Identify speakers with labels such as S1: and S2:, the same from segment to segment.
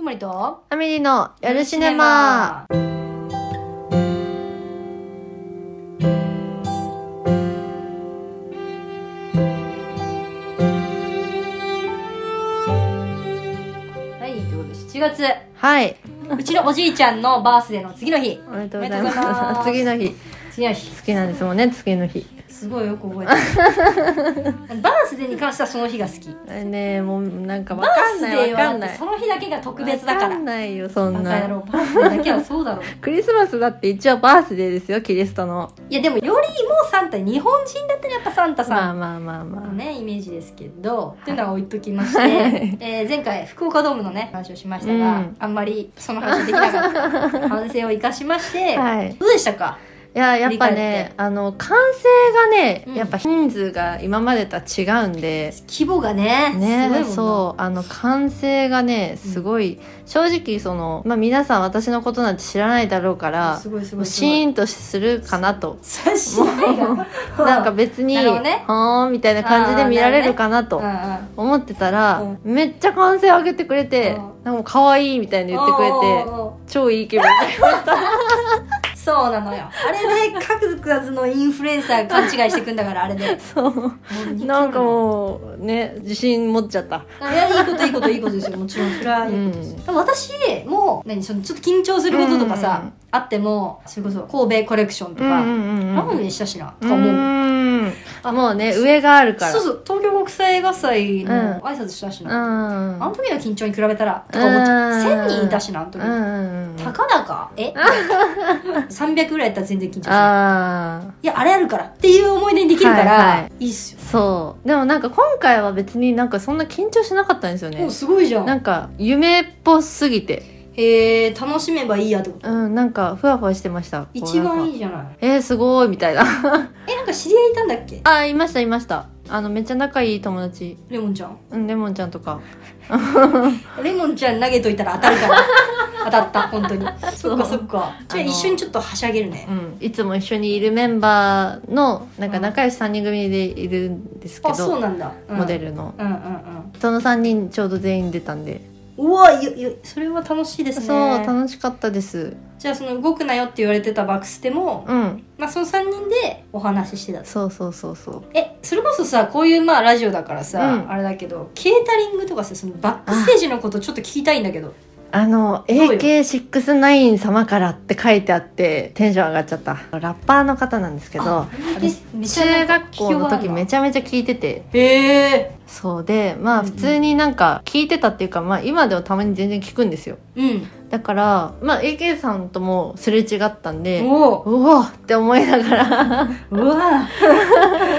S1: 森と
S2: アメリの夜シネマ
S1: はいということで7月
S2: はいう
S1: ちのおじいちゃんのバースデーの次の日
S2: おめでとうござ
S1: お
S2: いま
S1: めでとうございますす
S2: 次の日
S1: 次の日
S2: 好きなんですもんね次の日
S1: すごいよく覚えてるバースデーに関してはその日が好き
S2: あれねもうなんかわ
S1: バ
S2: か
S1: ー
S2: ん
S1: ス
S2: ない
S1: デー
S2: わか
S1: は
S2: ん
S1: だっ
S2: な
S1: て
S2: い
S1: その日だけが特別だか
S2: わからんないよそん
S1: バカ野
S2: な
S1: 郎バースデーだけはそうだろう
S2: クリスマスだって一応バースデーですよキリストの
S1: いやでもよりもサンタ日本人だったらやっぱサンタさん
S2: まあまあまあま
S1: の
S2: あ
S1: ねイメージですけど、っていうのは置いときまして、
S2: はい
S1: えー前回福岡ドームのね話をしましたが、
S2: うん
S1: あんまりその話はできなか った反省を生かしまして、
S2: はい
S1: どうでしたか
S2: いやや
S1: 振
S2: っぱ
S1: り返っ
S2: ね
S1: て
S2: あの完成がね、
S1: うん
S2: やっぱ人数が今までとは違うんで
S1: 規模がねすごい
S2: ね
S1: もんな
S2: そうあの完成がねすごい、正直その、まあ、皆さん私のことなんて知らないだろうから
S1: すごいす
S2: も
S1: ご
S2: う
S1: い
S2: シーンとするかなと
S1: さしが
S2: なんか別に「
S1: なるほどね
S2: はーん」みたいな感じで見られるかな
S1: うん
S2: と
S1: うんうん
S2: 思ってたら、
S1: うん
S2: めっちゃ完成上げてくれて、
S1: うん
S2: なんかもう可愛いみたいに言ってくれて、
S1: おーおーお
S2: 超いい 気分になりました
S1: ーそうなのよあれで数々のインフルエンサー勘違いしてくんだからあれで
S2: そうなんかもうね自信持っちゃった
S1: いやいいこといいこといいことですよもちろんそれはいいことです、
S2: うん
S1: でも私も何そのちょっと緊張することとかさ、
S2: うん
S1: あってもそれこそ神戸コレクションとか、
S2: うんうんうんうん
S1: ラムネしたしなと
S2: う
S1: かもう、
S2: んあもうね上があるから
S1: そうそう東京国際映画祭の
S2: うん
S1: 挨拶したし
S2: う
S1: な、
S2: ん
S1: あの時の緊張に比べたらとか思っちゃう
S2: うん
S1: 1000人いたしなあの時、
S2: うんうんうん
S1: たかだかえ 300ぐらいやったら全然緊張しない
S2: ああ
S1: いやあれあるからっていう思い出にできるから、
S2: はい
S1: い、
S2: はい
S1: っすよ
S2: そうでもなんか今回は別になんかそんな緊張しなかったんですよ
S1: も
S2: ね
S1: うすごいじゃん
S2: なんか夢っぽすぎて
S1: へえ楽しめばいいやってこと
S2: うんなんかふわふわしてました
S1: 一番い
S2: い
S1: いじゃない
S2: えー、すごいみたいな
S1: えなんか知り合いいたんだっけ
S2: あいましたいましたあのめっちゃ仲いい友達
S1: レモンちゃん
S2: うんレモンちゃんとか
S1: レモンちゃん投げといたら当たるから 当たった本当にそっかそっかじゃあ
S2: あの
S1: 一緒にちょっとはしゃげるね
S2: うんいつも一緒にいるメンバーのなんか仲良し3人組でいるんですけ
S1: あそう
S2: ど、
S1: なんだ、うん
S2: モデルの
S1: うんうんうん
S2: その3人ちょうど全員出たんで
S1: うわよよそれは楽しいですね
S2: そう楽しかったです
S1: じゃあその動くなよって言われてたバックステも、
S2: うん
S1: まあ、その3人でお話ししてた
S2: そうそうそうそう
S1: えそれこそさこういうまあラジオだからさ、
S2: うん
S1: あれだけどケータリングとかさそのバックステージのことちょっと聞きたいんだけど
S2: あの
S1: うよ
S2: AK69 様からって書いてあってテンション上がっちゃったラッパーの方なんですけど
S1: えめちゃ
S2: 中学校の時め
S1: ち
S2: ちゃめちゃ聞いてて
S1: ゃへえ
S2: そうでまあ
S1: うんう
S2: 普
S1: ん
S2: 通になんか聞いてたっていうか、まあ、今ではたまに全然聞くんですよ
S1: うん
S2: だから、まあ、AK さんともすれ違ったんで
S1: おお
S2: うおーって思いながら、
S1: うわ、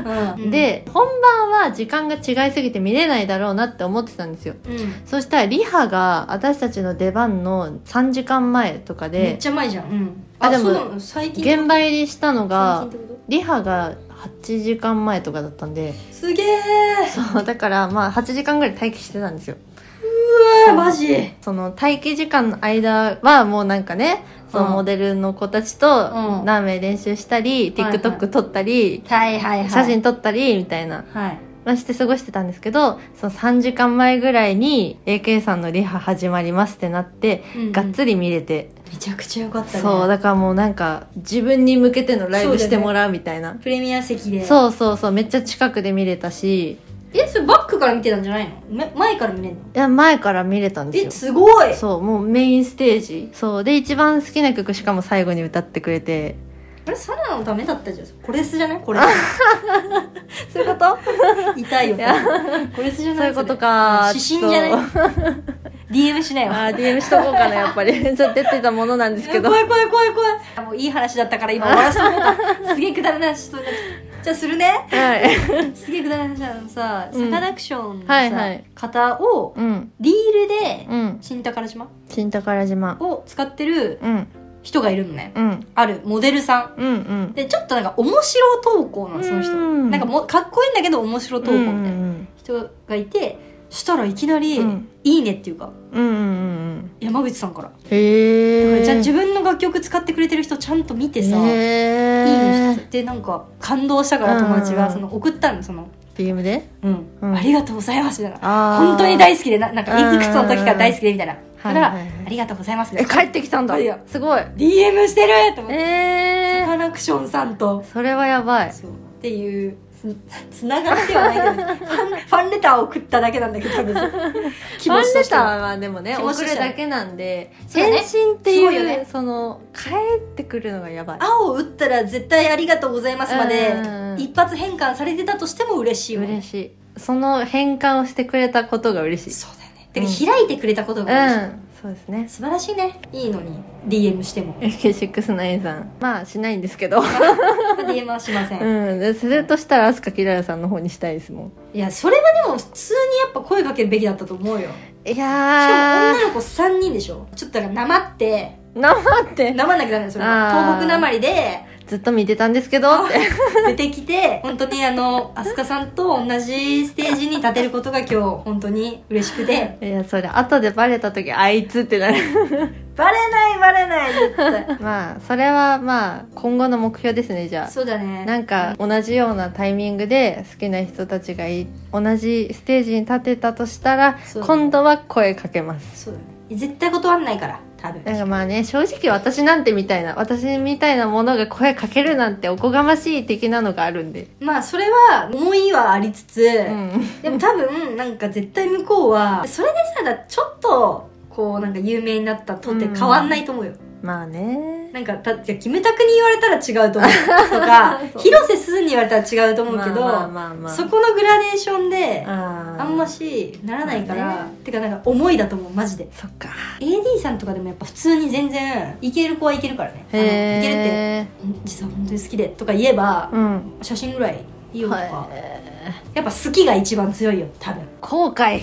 S1: うん、
S2: で本番は時間が違いすぎて見れないだろうなって思ってたんですよ
S1: うん、
S2: そしたらリハが私たちの出番の3時間前と
S1: め
S2: か
S1: っ
S2: で
S1: ちゃ前じゃん、うん、
S2: あでも
S1: そうなの最近
S2: 現場入りしたのが
S1: 最近ってこ
S2: リハが8時間前とかだったんで
S1: とすげえ
S2: そうだからまあ8時間ぐらい待機してたんですよ
S1: うわマジ
S2: その待機時間の間はもうなんかねその
S1: うん
S2: モデルの子たちと
S1: うん
S2: ラーメン練習したり、
S1: はいはい
S2: TikTok 撮ったり、
S1: はいはいはい
S2: 写真撮ったりみたいな、
S1: はい
S2: まあ、して過ごしてたんですけどその3時間前ぐらいに AK さんのリハ始まりますってなって、
S1: うんうん
S2: がっつり見れて、
S1: めちゃくちゃ良かったね
S2: そうだからもうなんか自分に向けてのライブしてもらうみたいな
S1: プレミア席でう
S2: そうそうそうめっちゃ近くで見れたし
S1: えそれバックから見てたんじゃないのめ前から見れんの
S2: いや前から見れたんです
S1: え
S2: よ
S1: すごい
S2: そうもうメインステージそうで一番好きな曲しかも最後に歌ってくれて
S1: あれサナのためだったじゃんこれすじゃないこれ
S2: そういうこと
S1: 痛いよ
S2: いや
S1: これすじゃ
S2: そう
S1: ない
S2: いうことか
S1: それ指針じゃない
S2: ちょっ
S1: DM しな
S2: と
S1: よ
S2: あー DM しとこうかなやっぱり ちょっと出てたものなんですけど
S1: 怖い怖い怖い怖いあもういい話だったから今終わらせてもらったすげえくだらない話しそうになっちゃったじゃあするね
S2: はい
S1: すげえくだらない話あのさ
S2: うん
S1: サカダクションのさ、
S2: はいはい
S1: 方を
S2: うん
S1: リールで
S2: うん
S1: 新宝島
S2: 新宝島
S1: を使ってる
S2: うん
S1: 人がいるのね
S2: うん
S1: あるモデルさ
S2: うんうん
S1: んでちょっとなんか面白投稿なのその人
S2: うん
S1: なんかもうかっこいいんだけど面白投稿みたいな
S2: うん
S1: 人がいてしたらいきなり
S2: う
S1: 「
S2: ん
S1: いいね」っていうか
S2: うんうんうん
S1: 山口さんから、
S2: へえ
S1: じゃあ自分の楽曲使ってくれてる人ちゃんと見てさ、いいね
S2: へえ
S1: してでなんか感動したから友達
S2: う
S1: が
S2: ん
S1: その送ったのその、
S2: DM で
S1: うん
S2: うん
S1: ありがとうございます」みたいな
S2: あー
S1: 本当に大好きでななんか
S2: うん
S1: いくつの時から大好きでみたいなから、
S2: はいはいはい
S1: ありがとうございます
S2: え帰ってきたんだ
S1: いや
S2: すごい
S1: DM してると思って
S2: え
S1: サ
S2: ー、
S1: カナクションさんと、
S2: それはやばい
S1: そうっていうつつながっては ないけどファンファンレターを送っただけなんだけど多分気
S2: ファン
S1: 持ちと
S2: レ
S1: して
S2: ター
S1: は
S2: はでもね
S1: 気持ち
S2: 送
S1: として
S2: る
S1: は
S2: だけなんで、
S1: そうだね
S2: 返信ってい
S1: す
S2: う
S1: ごいよね
S2: その帰ってくるのがやばい
S1: 青を打ったら絶対ありがとうございますまで
S2: うんうんうん
S1: 一発変換されてたとしても嬉しいもん
S2: 嬉しいその変換をしてくれたことが嬉しい
S1: そうだよねてか開いてくれたことが嬉しい、
S2: うんそうですね
S1: 素晴らしいねいいのに DM して も
S2: LK69 さんまあしないんですけ ど
S1: DM はしません、
S2: うんでそれとしたら飛鳥きららさんの方にしたいですもん
S1: いやそれはでも普通にやっぱ声かけるべきだったと思うよし
S2: い
S1: か
S2: や
S1: も女の子3人でしょちょっとだからなまって
S2: ーなまって
S1: なまんなきゃダメだよそれは東
S2: あー
S1: 北なまりで
S2: ずっと見てたんですけどって
S1: 出てきて本当にあの飛鳥さんと同じステージに立てることが今日本当に嬉しくて
S2: いやそれ後でバレた時あいつってなる
S1: バレないバレない絶対
S2: まあそれはまあ今後の目標ですねじゃ あ
S1: そうだね
S2: なんか同じようなタイミングで好きな人たちがい同じステージに立てたとしたら
S1: そう
S2: 今度は声かけます
S1: そうだね絶対断んないから多分
S2: なんかまあね正直私なんてみたいな私みたいなものが声かけるなんておこがましい的なのがあるんで
S1: まあそれは思いはありつつ、
S2: うん
S1: でも多分なんか絶対向こうはそれでさだちょっとこうなんか有名になったとって変わんないと思うよ、
S2: まあね
S1: なんかたじゃあキムタクに言われたら違うと思うとか
S2: そう
S1: 広瀬すずに言われたら違うと思うけど、
S2: まあまあまあまあ
S1: そこのグラデーションで
S2: あー
S1: あんましならないから、
S2: まあ
S1: てかなんか思いだと思うマジで
S2: そっか
S1: AD さんとかでもやっぱ普通に全然いける子はいけるからねあのいけるって
S2: へえ
S1: うん実は本当に好きでとか言えば、
S2: うん
S1: 写真ぐらいいいよとか、
S2: はい
S1: やっぱ好きが一番強いよ多分
S2: 後悔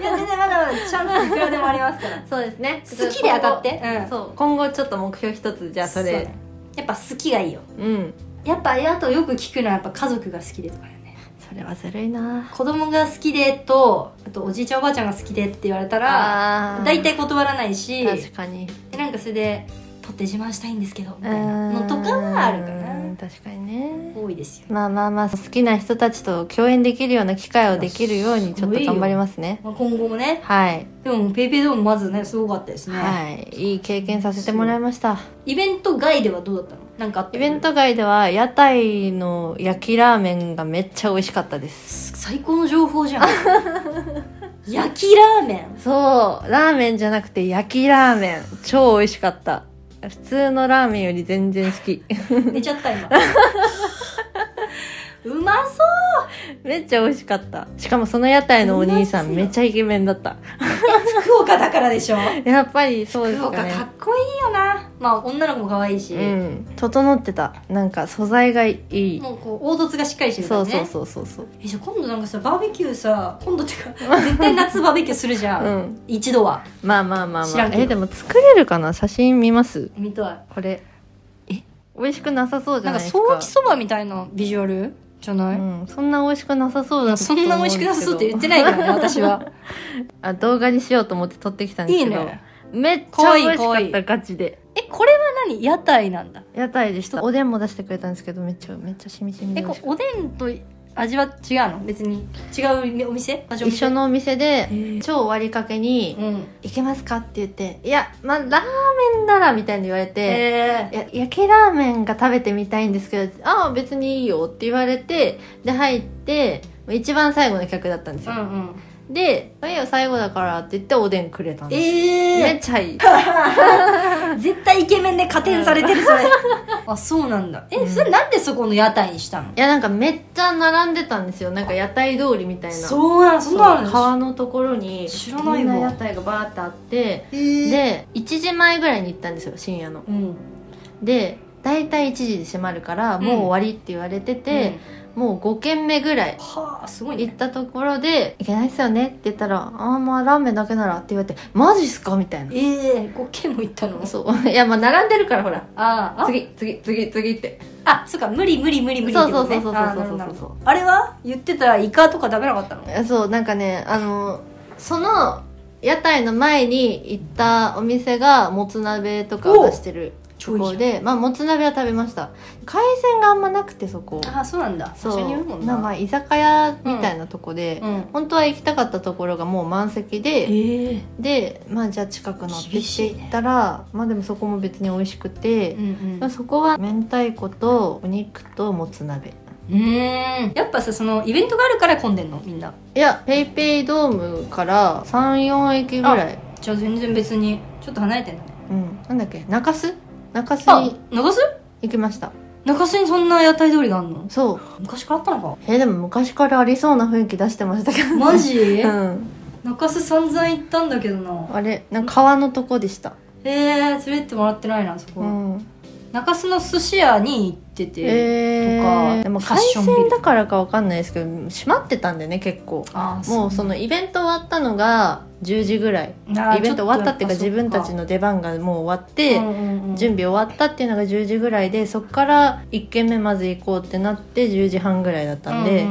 S1: いや全然まだまだチャンスいくらでもありますから
S2: そうですね
S1: 好きで当たってうん
S2: そう今後ちょっと目標一つじゃあそれ
S1: うねやっぱ好きがいいよ
S2: うん
S1: やっぱあとよく聞くのはやっぱ家族が好きでとかよね
S2: それはずるいな
S1: 子供が好きでとあとおじいちゃんおばあちゃんが好きでって言われたら
S2: あー
S1: 大体断らないし
S2: 確かに
S1: でなんかそれで「取って自慢したいんですけど」みたいなのとかはあるか
S2: う
S1: なん
S2: 確かにね
S1: 多いですよ、
S2: まあまあまあ好きな人たちと共演できるような機会をできるようにちょっと頑張りますね
S1: まあ、今後もね
S2: はい
S1: でもペイペイドームまずねすごかったですね、
S2: はいいい経験させてもらいました
S1: イベント外ではどうだったのなんかあった
S2: イベント外では屋台の焼きラーメンがめっちゃ美味しかったです
S1: 最高の情報じ ゃん焼きラーメン
S2: そうラーメンじゃなくて焼きラーメン超美味しかった普通のラーメンより全然好き
S1: 寝ちゃった今 うまそ
S2: めっちゃ美味しかったしかもその屋台のお兄さ
S1: 同
S2: ん
S1: じよ
S2: めっちゃイケメンだった
S1: う福岡だからでしょ
S2: やっぱりそうです
S1: 福
S2: か
S1: 岡
S2: ね
S1: かっこいいよなまあ女の子も可愛いし、
S2: うん整ってたなんか素材がいい
S1: もうこう凹凸がしっかりしてるか
S2: そ
S1: ら
S2: う
S1: ね
S2: そうそうそうそう
S1: えじゃあ今度なんかさバーベキューさ今度ってか絶対夏バーベキューするじゃん、
S2: うん
S1: 一度は
S2: まあまあまあ
S1: 知
S2: ま
S1: ら
S2: あ
S1: んけど
S2: えでも作れるかな写真見ます
S1: 見たい
S2: これえ美味しくなさそうじ
S1: な
S2: ゃ
S1: んか
S2: ないです
S1: ソ
S2: か
S1: ーキそばみたいなビジュアルじゃない、
S2: うん、そんな美味しくなさそうだ
S1: そんな美味しくなさそうって言ってないからね 私は
S2: あ動画にしようと思って撮ってきたんで
S1: いい
S2: すけど
S1: ね
S2: めっちゃ美味し
S1: か
S2: か
S1: わ
S2: っ
S1: いいかわ
S2: たガチで
S1: えこれは何屋台なんだ
S2: 屋台でしたおでんも出してくれたんですけどめっちゃめっちゃしみしみで
S1: え
S2: 美
S1: こ
S2: 味しかっ
S1: おでんと味は違うの別に違うお店同じお
S2: た
S1: 店
S2: 一緒のお店で
S1: へえ
S2: 超終わりかけに
S1: うん
S2: 「いけますか?」って言って「いやまあラーメンなら」みたいに言われて、
S1: え
S2: いや焼きラーメンが食べてみたいんですけど「ああ別にいいよ」って言われてで入って一番最後の客だったんです
S1: うんう
S2: よ、
S1: ん
S2: で「いいよ最後だから」って言っておでんくれたんですめ
S1: え
S2: っちゃいい
S1: ー、絶対イケメンで加点されてるそれ あそうなんだえそれなんでそこの屋台にしたの
S2: いやなんかめっちゃ並んでたんですよなんか屋台通りみたいな
S1: そうなんそんなのあるんです
S2: 川のところに
S1: 知らないわ
S2: いろんな屋台がバーってあって
S1: えー
S2: で1時前ぐらいに行ったんですよ深夜の
S1: うん
S2: で大体1時で閉まるからもう終わりって言われてて、、もう5軒目ぐらい
S1: うんはあすごい
S2: 行っ
S1: ね
S2: たところで「いけないっすよね」って言ったら「あーまあラーメンだけなら」って言われて「マジっすか?」みたいな
S1: ええー、5軒も行ったの
S2: そう いやまあ並んでるからほら
S1: あー
S2: 次次次次って
S1: ああそっか無理無理無理無理ってことね
S2: そうそうそうそうそう
S1: あーなるほどなるほ
S2: そうそう
S1: どあれは言ってたイカとか食べなかったの
S2: いやそうなんかねあのその屋台の前に行ったお店がもつ鍋とかを出してるそこでまあもつ鍋は食べました海鮮があんまなくてそこ
S1: あそうなんだ
S2: そう
S1: 一緒にいるもん
S2: な
S1: なん
S2: か居酒屋みたいなとこで、
S1: うん
S2: 本当は行きたかったところがもう満席で
S1: え
S2: でまあじゃあ近くのって
S1: 厳
S2: っ
S1: していね
S2: 行ったら、まあでもそこも別に美味しくて
S1: う、んうん
S2: そこは明太子とお肉ともつ鍋
S1: うんやっぱさそのイベントがあるから混んでんのみんない
S2: やペイペイドームから34駅ぐらい、
S1: じゃあ全然別にちょっと離れてんだね
S2: うん、なんだっけ中洲中洲
S1: あ
S2: に
S1: 中洲
S2: 行きました
S1: 中洲にそんな屋台通りがあんの
S2: そう
S1: 昔からあったの
S2: えでも昔からありそうな雰囲気出してましたけ ど
S1: か
S2: ね
S1: マジ
S2: うん、
S1: 中洲散々行ったんだけどな
S2: あれなんか川のとこでした、
S1: えー、連れてってもらってないなそこ、
S2: うん、
S1: 中洲の寿司屋に行ってて、
S2: えー、
S1: とか
S2: でも
S1: ファッ
S2: 海
S1: ションビル
S2: 鮮だからかわかんないですけど閉まってたんでね結構
S1: あー
S2: もうそのイベント終わったのが10時ぐらいイベント終わったっていうか自分たち
S1: の
S2: の出番がもう終わって、準備終わったっていうのが10時ぐらいでそっから1軒目まず行こうってなって10時半ぐらいだったんで、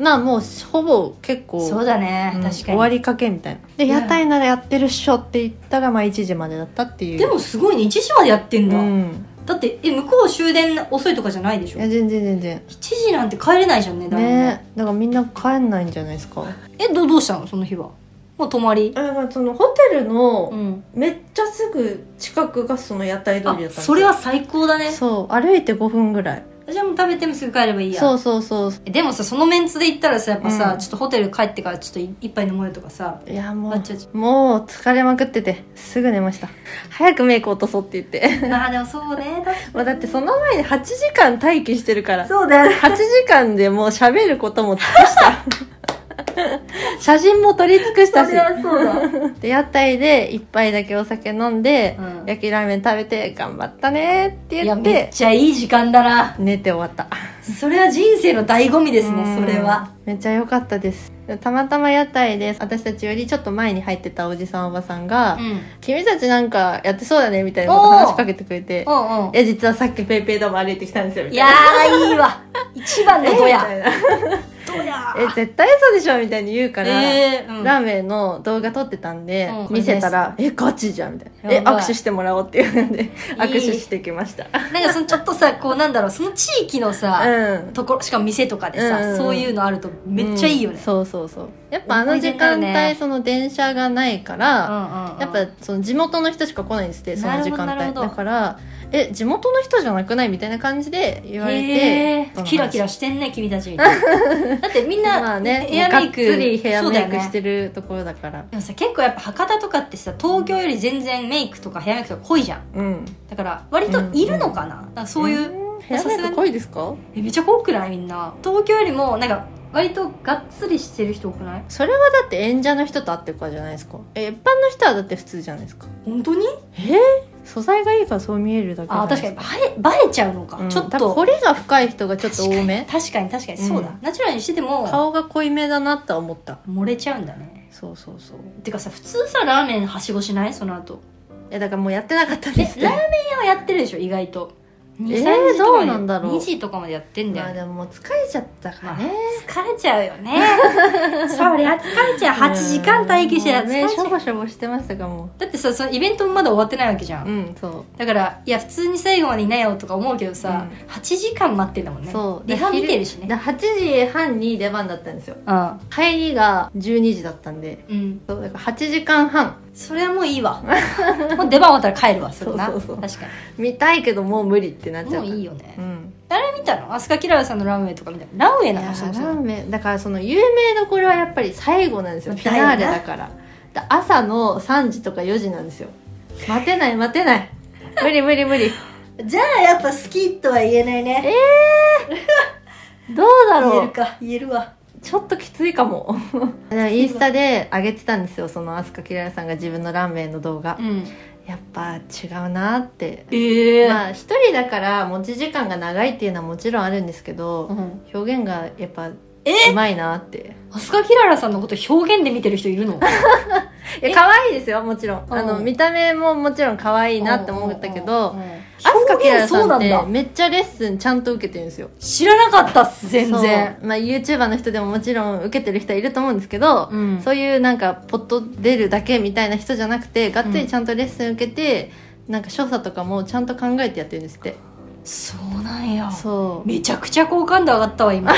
S2: まあもうほぼ結構
S1: そうだね、
S2: うん
S1: 確かに
S2: 終わりかけみたいなで
S1: いや
S2: 屋台ならやってるっしょって言ったらまあ1時までだったっていう
S1: でもすごいね1時までやってん
S2: う
S1: だ、
S2: ん
S1: だってえ向こう終電遅いとかじゃないでしょ
S2: い
S1: 7
S2: や全然全然
S1: 時なんて帰れないじゃんね誰もね
S2: ねだからみんな帰んないんじゃないですか
S1: えどうどうしたのその日はもう泊まり
S2: あだからそのホテル
S1: う
S2: の
S1: ん
S2: めっちゃすぐ近くがその屋台通りだったん
S1: あ
S2: ですよ
S1: それは最高だね
S2: そう歩いて5分ぐらい
S1: じゃあもう食べてもすぐ帰ればいいや
S2: そうそうそう
S1: えでもさそのメンツで行ったらさやっぱさ、
S2: うん
S1: ちょっとホテル帰ってからちょっとい一杯飲もうよとか さ
S2: いやも
S1: なっちゃうじ
S2: うもう疲れまくっててすぐ寝ました早くメイク落とそうって言って
S1: ゃんあーでもそうね確か
S2: まあだってその前に8時間待機してるから
S1: にそうだよね
S2: 8時間でもう喋ることも尽 くした。写真も撮り尽くしたし。
S1: そうだ、
S2: で、屋台で一杯だけお酒飲んで、
S1: うん、
S2: 焼きラーメン食べて頑張ったねって
S1: い
S2: 言
S1: や
S2: っ、
S1: めってちゃいい時間だな
S2: 寝て終わった。
S1: それは人生の醍醐味ですねそれは
S2: うん。めっちゃ良かったです。たまたま屋台で私たちよりちょっと前に入ってたおじさんおばさんが、
S1: うん
S2: 君たちなんかやってそうだねみたいなこと話しかけてくれて、
S1: うんうん
S2: いや実はさっきペイペイドーム歩いてきたんですよみ
S1: い
S2: たい
S1: や
S2: な。
S1: ーいいわ一番のド
S2: えみ
S1: ヤ
S2: たいな
S1: ドヤ
S2: え、絶対嘘でしょみたいに言うから、
S1: えーうん
S2: ラーメンの動画撮ってたんで、
S1: うん
S2: 見せたら「えガチじゃん」みたいな「え
S1: やばい
S2: 握手してもらおう」っていうんで握手してきました
S1: なんかそのちょっとさこうなんだろうその地域のさ、
S2: うん
S1: ところしかも店とかでさ、
S2: うんうんうん
S1: そういうのあるとめっちゃいいよ
S2: うん
S1: ね、
S2: そうそうそうやっぱあの時
S1: 思
S2: 間
S1: い
S2: 帯、
S1: 出になるね
S2: その電車がないから、やっぱその地元の人しか来ないんですってその時間
S1: なるほ
S2: 帯
S1: どなる
S2: だ
S1: ほ
S2: から「え地元の人じゃなくない?」みたいな感じで言われ
S1: へ
S2: て
S1: ーキラキ
S2: ラ
S1: ラしてんね君たちみたい なだってみんな、
S2: まあね
S1: ヘアメイク
S2: がっつりヘアメ
S1: そ
S2: イ
S1: うだ
S2: ク
S1: よね
S2: してるところだから
S1: でもさ結構やっぱ博多とかってさ東京より全然メイクとかヘアメイクとか濃いじゃん
S2: うん
S1: だから割といるのかな,、なんかそういう、
S2: んヘアメイク濃いですか
S1: えめっちゃ濃くないみんな東京よりもなんか割とがっつりしてる人多くない
S2: それはだって演者の人と会ってるからじゃないですかえ一般の人はだって普通じゃないですか
S1: 本当に
S2: え素材がいいからそう見えるだけじゃな
S1: あ
S2: い
S1: 確か
S2: で
S1: に
S2: す
S1: 映え映えちゃうのか、
S2: うん
S1: ちょっ
S2: だから
S1: と
S2: 彫りが深い人がちょっと多め
S1: 確かに確かに
S2: うん
S1: そうだ、ナチュラルにしてても
S2: 顔が濃いめだなって思った
S1: 漏れちゃうんだね
S2: そうそうそう
S1: てかさ普通さラーメンはしごしないその後
S2: いやだからもうやってなかったん
S1: えラ
S2: です
S1: ー
S2: け
S1: メ
S2: ど
S1: ン屋はやってるでしょ意外と2
S2: えー
S1: 3時とか
S2: ど
S1: ま
S2: う
S1: で
S2: なんだろう
S1: 2時とかまでやってんだよ
S2: まあ
S1: ね、
S2: でももう疲れちゃったからね
S1: 疲れちゃうよ ねそりゃ疲れちゃう8時間待機して
S2: う
S1: た
S2: ん
S1: ら
S2: もう
S1: 疲れ
S2: ねし
S1: ちゃ
S2: ょ
S1: う
S2: ぼしょぼしてましたかも
S1: だってさそのイベントもまだ終わってないわけじゃん、
S2: ううんそ
S1: だからいや普通に最後までいないよとか思うけどさ、
S2: う
S1: 8時間待ってんだもん
S2: う
S1: ね
S2: そう
S1: リハ見てるし
S2: だ
S1: ね
S2: 8時半に出番だったんですよ
S1: うん
S2: 帰りが12時だったんで
S1: うん
S2: そうだから8時間半
S1: それはもういい わもう出番終わったら帰るわそれな
S2: そうそうそう
S1: 確か
S2: 見たいけどもう無理ってなっ
S1: に
S2: ちゃ
S1: も
S2: っ
S1: う
S2: た
S1: いいよね、
S2: うん
S1: あれ見たの飛鳥キララさんのランウェイとか見たのランウェイ
S2: い
S1: な
S2: や
S1: のそ
S2: ー
S1: もそ
S2: ラ
S1: も
S2: ーメンだからその有名どころはやっぱり最後なんですよ
S1: まあ
S2: フィナーレだからだ朝の3時とか4時なんですよ待てない待てない無理無理無理
S1: じゃあやっぱ好きとは言えないね
S2: どうだろう
S1: か言えるわ
S2: ちょっときついか もでインスタで上げてたんですよその飛鳥きららさんが自分のラーメンの動画、
S1: うん
S2: やっぱ違うなって
S1: ええ
S2: まあ一人だから持ち時間が長いっていうのはもちろんあるんですけど、
S1: ん、
S2: 表現がやっぱう
S1: え
S2: まいなって
S1: 飛鳥キララさんのこと表現で見てる人いるの
S2: いや可愛いですよもちろんあの
S1: うん
S2: 見た目ももちろん可愛いなって思ったけど
S1: うんうんうんうん
S2: アスカキ
S1: 表
S2: ララ
S1: 現そ
S2: さ
S1: うんな
S2: っ
S1: ん
S2: て
S1: だ
S2: めっちゃレッスンちゃんと受けてるんですよ
S1: 知らなかったっす全然
S2: そうまあ YouTuber の人でももちろん受けてる人はいると思うんですけど、
S1: うん
S2: そういうなんかポッと出るだけみたいな人じゃなくてがっつりちゃんとレッスン受けて、なんか所作とかもちゃんと考えてやってるんですって
S1: そうなんや
S2: そう
S1: めちゃくちゃ好感度上がったわ 今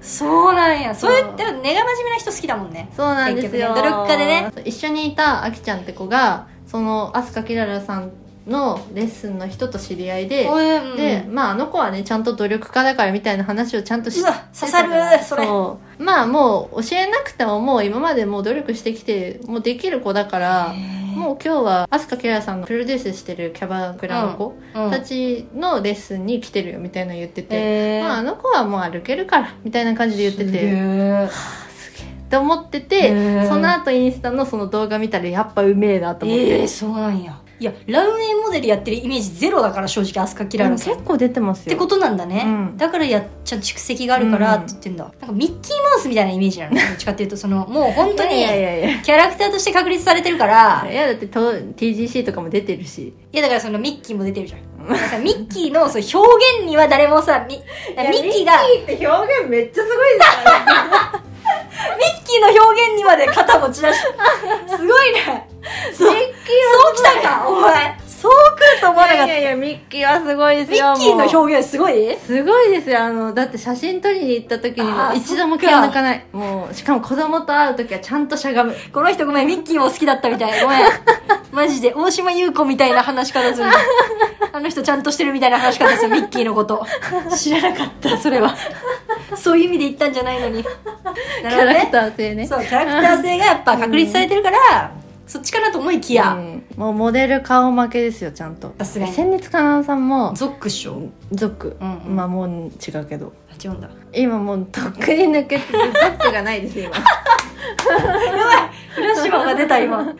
S1: そうなんやそういうでも根が真面目な人好きだもんね
S2: そうなんですよ、
S1: 結局ね努力家でね
S2: 一緒にいたあきちゃんって子がその飛鳥きららさんのレッスンの人と知り合いで、
S1: うん
S2: で、まああの子はね、ちゃんと努力家だからみたいな話をちゃんとし
S1: うわ刺さるそれ
S2: う。まあもう教えなくてももう今までもう努力してきて、もうできる子だから、もう今日は飛鳥きららさんがプロデュースしてるキャバクラの子
S1: うん
S2: たちのレッスンに来てるよみたいなの言ってて、
S1: えー
S2: まああの子はもう歩けるから、みたいな感じで言って
S1: すげ
S2: て、
S1: え
S2: って思ってて、
S1: へー
S2: その後インスタのその動画見たらやっぱうめえなと思って。
S1: えー、そうなんやいやランウェイモデルやってるイメージゼロだから正直飛鳥キララさんっ
S2: 結構出てますよ。
S1: てことなんだね、
S2: うん
S1: だからやっちゃんと蓄積があるから
S2: うん
S1: って言ってんだ、なんかミッキーマウスみたいなイメージなのど っちかっていうとそのもう本当
S2: いやい
S1: に
S2: やいやいや。
S1: キャラクターとして確立されてるから
S2: いやだってと TGC とかも出てるし
S1: いやだからそのミッキーも出てるじゃん。だからさミッキーのそう表現には誰もさ、ミミッキーが、ミ
S2: って表現めっちゃすごいですから、ね、
S1: ッキーの表現にまで肩持 ち出して。すごいね。そう、そう来たか、お前。そう来ると思わなかっ
S2: い
S1: た。
S2: やいやミッキーはすごいです
S1: ミ
S2: よ
S1: ッキーの
S2: もう
S1: 表現すごい
S2: すごいですよあのだって写真撮りに行った時に
S1: あ
S2: も
S1: ー
S2: 一度も気を抜かないもうしかも子供と会う時はちゃんとしゃがむ
S1: この人ごめん、ミッキーも好きだったみたい。ご めん。マジで、大島優子みたいな話し方するの。あの人ちゃんとしてるみたいな話し方する、ミッキーのこと。知らなかった、それは。そういう意味で言ったんじゃないのに。
S2: キ
S1: なるほど
S2: ャ
S1: ね
S2: ラクター性ね
S1: そう、キャラクター性がやっぱ確立されてるから、そっちかなと思いき
S2: う
S1: や、
S2: んもうモデル顔負けですよちゃんと
S1: さすがに
S2: 先日かなさんも
S1: ゾックっしょ。
S2: ゾック、
S1: うんうん
S2: まあもう違うけど
S1: あ違うんだ。
S2: 今もうとっくに抜けててゾックがないです今
S1: フラッシュバンが出た今。そう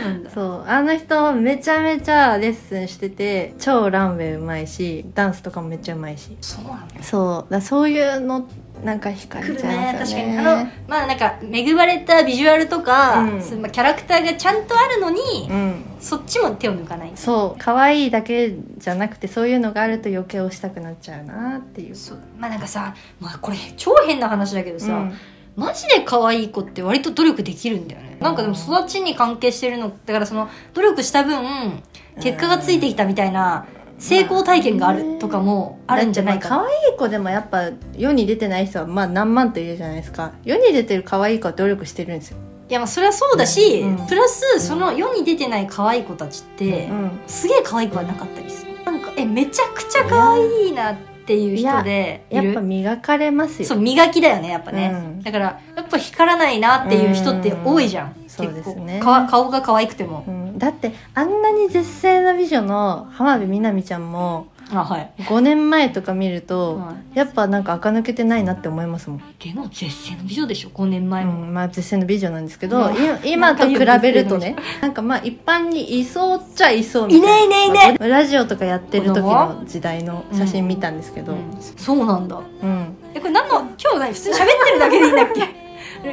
S1: なんだ。
S2: そうあの人めちゃめちゃレッスンしてて超ランウェイうまいしダンスとかもめっちゃうまいし
S1: そうなんだ。
S2: そうだそういうのなんか
S1: 来
S2: 光っ
S1: る
S2: ちゃ
S1: ね
S2: うんで
S1: 確
S2: す
S1: か
S2: よ
S1: に
S2: ね
S1: あのまあなんか恵まれたビジュアルとか、
S2: うん
S1: そのまあキャラクターがちゃんとあるのに、
S2: うん
S1: そっちも手を抜かない
S2: そう可愛いだけじゃなくてそういうのがあると余計押したくなっちゃうなっていう
S1: そうまあなんかさ、まあ、これ超変な話だけどさ、
S2: うん
S1: マジで可愛い子って割と努力できるんだよねなんかでも育ちに関係してるのだからその努力した分結果がついてきたみたいな成功体験があるとかもあるんじゃないか
S2: だってまあ可愛い子でもやっぱ世に出てない人はまあ何万といるじゃないですか世に出てる可愛い子は努力してるんですよ、
S1: いやまあそれはそうだし、
S2: うん
S1: プラスその世に出てない可愛い子たちって、
S2: うん、
S1: すげえ可愛くはなかったりするなんかえめちゃくちゃ可愛いなっていう人でい
S2: やっぱ
S1: る
S2: 磨かれますよ
S1: そう磨きだよねやっぱね、
S2: うん
S1: だからやっぱ光らないなっていう人って多いじゃん、結構
S2: そうですね
S1: かわ顔が可愛くても、
S2: うんだってあんなに絶世の美女の浜辺美波ちゃんも
S1: あはい、
S2: 5年前とか見ると、
S1: は
S2: やっぱなんか垢抜けてないなって思いますもん、
S1: い、でも絶世の美女でしょ5年前
S2: う
S1: も、
S2: んまあ、絶世の美女なんですけど、
S1: うん
S2: い今と比べるとねなんかまあ一般にいそうっちゃいそうみ
S1: い
S2: たいな
S1: ねいねいね、
S2: ラジオとかやってる
S1: 子
S2: 時の時代の写真見たんですけど、うん
S1: うんそうなんだえこれ何の今日何普 通に喋ってるだけでいいんだっ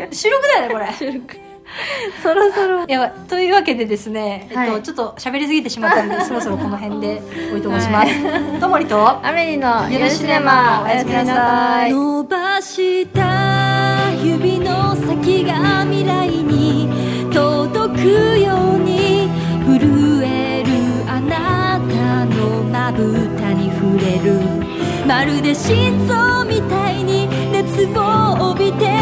S1: け収録だよねこれ
S2: そろそろ
S1: やばいというわけでですね、
S2: はい
S1: えっと、ちょっと喋りすぎてしまったのでそろそろこの辺でおいともします、ともりと
S2: アメリの
S1: ゆるシネマおやすみなさい伸ばした指の先が未来に届くように震えるあなたのまぶたに触れるまるで心臓みたいに熱を帯びて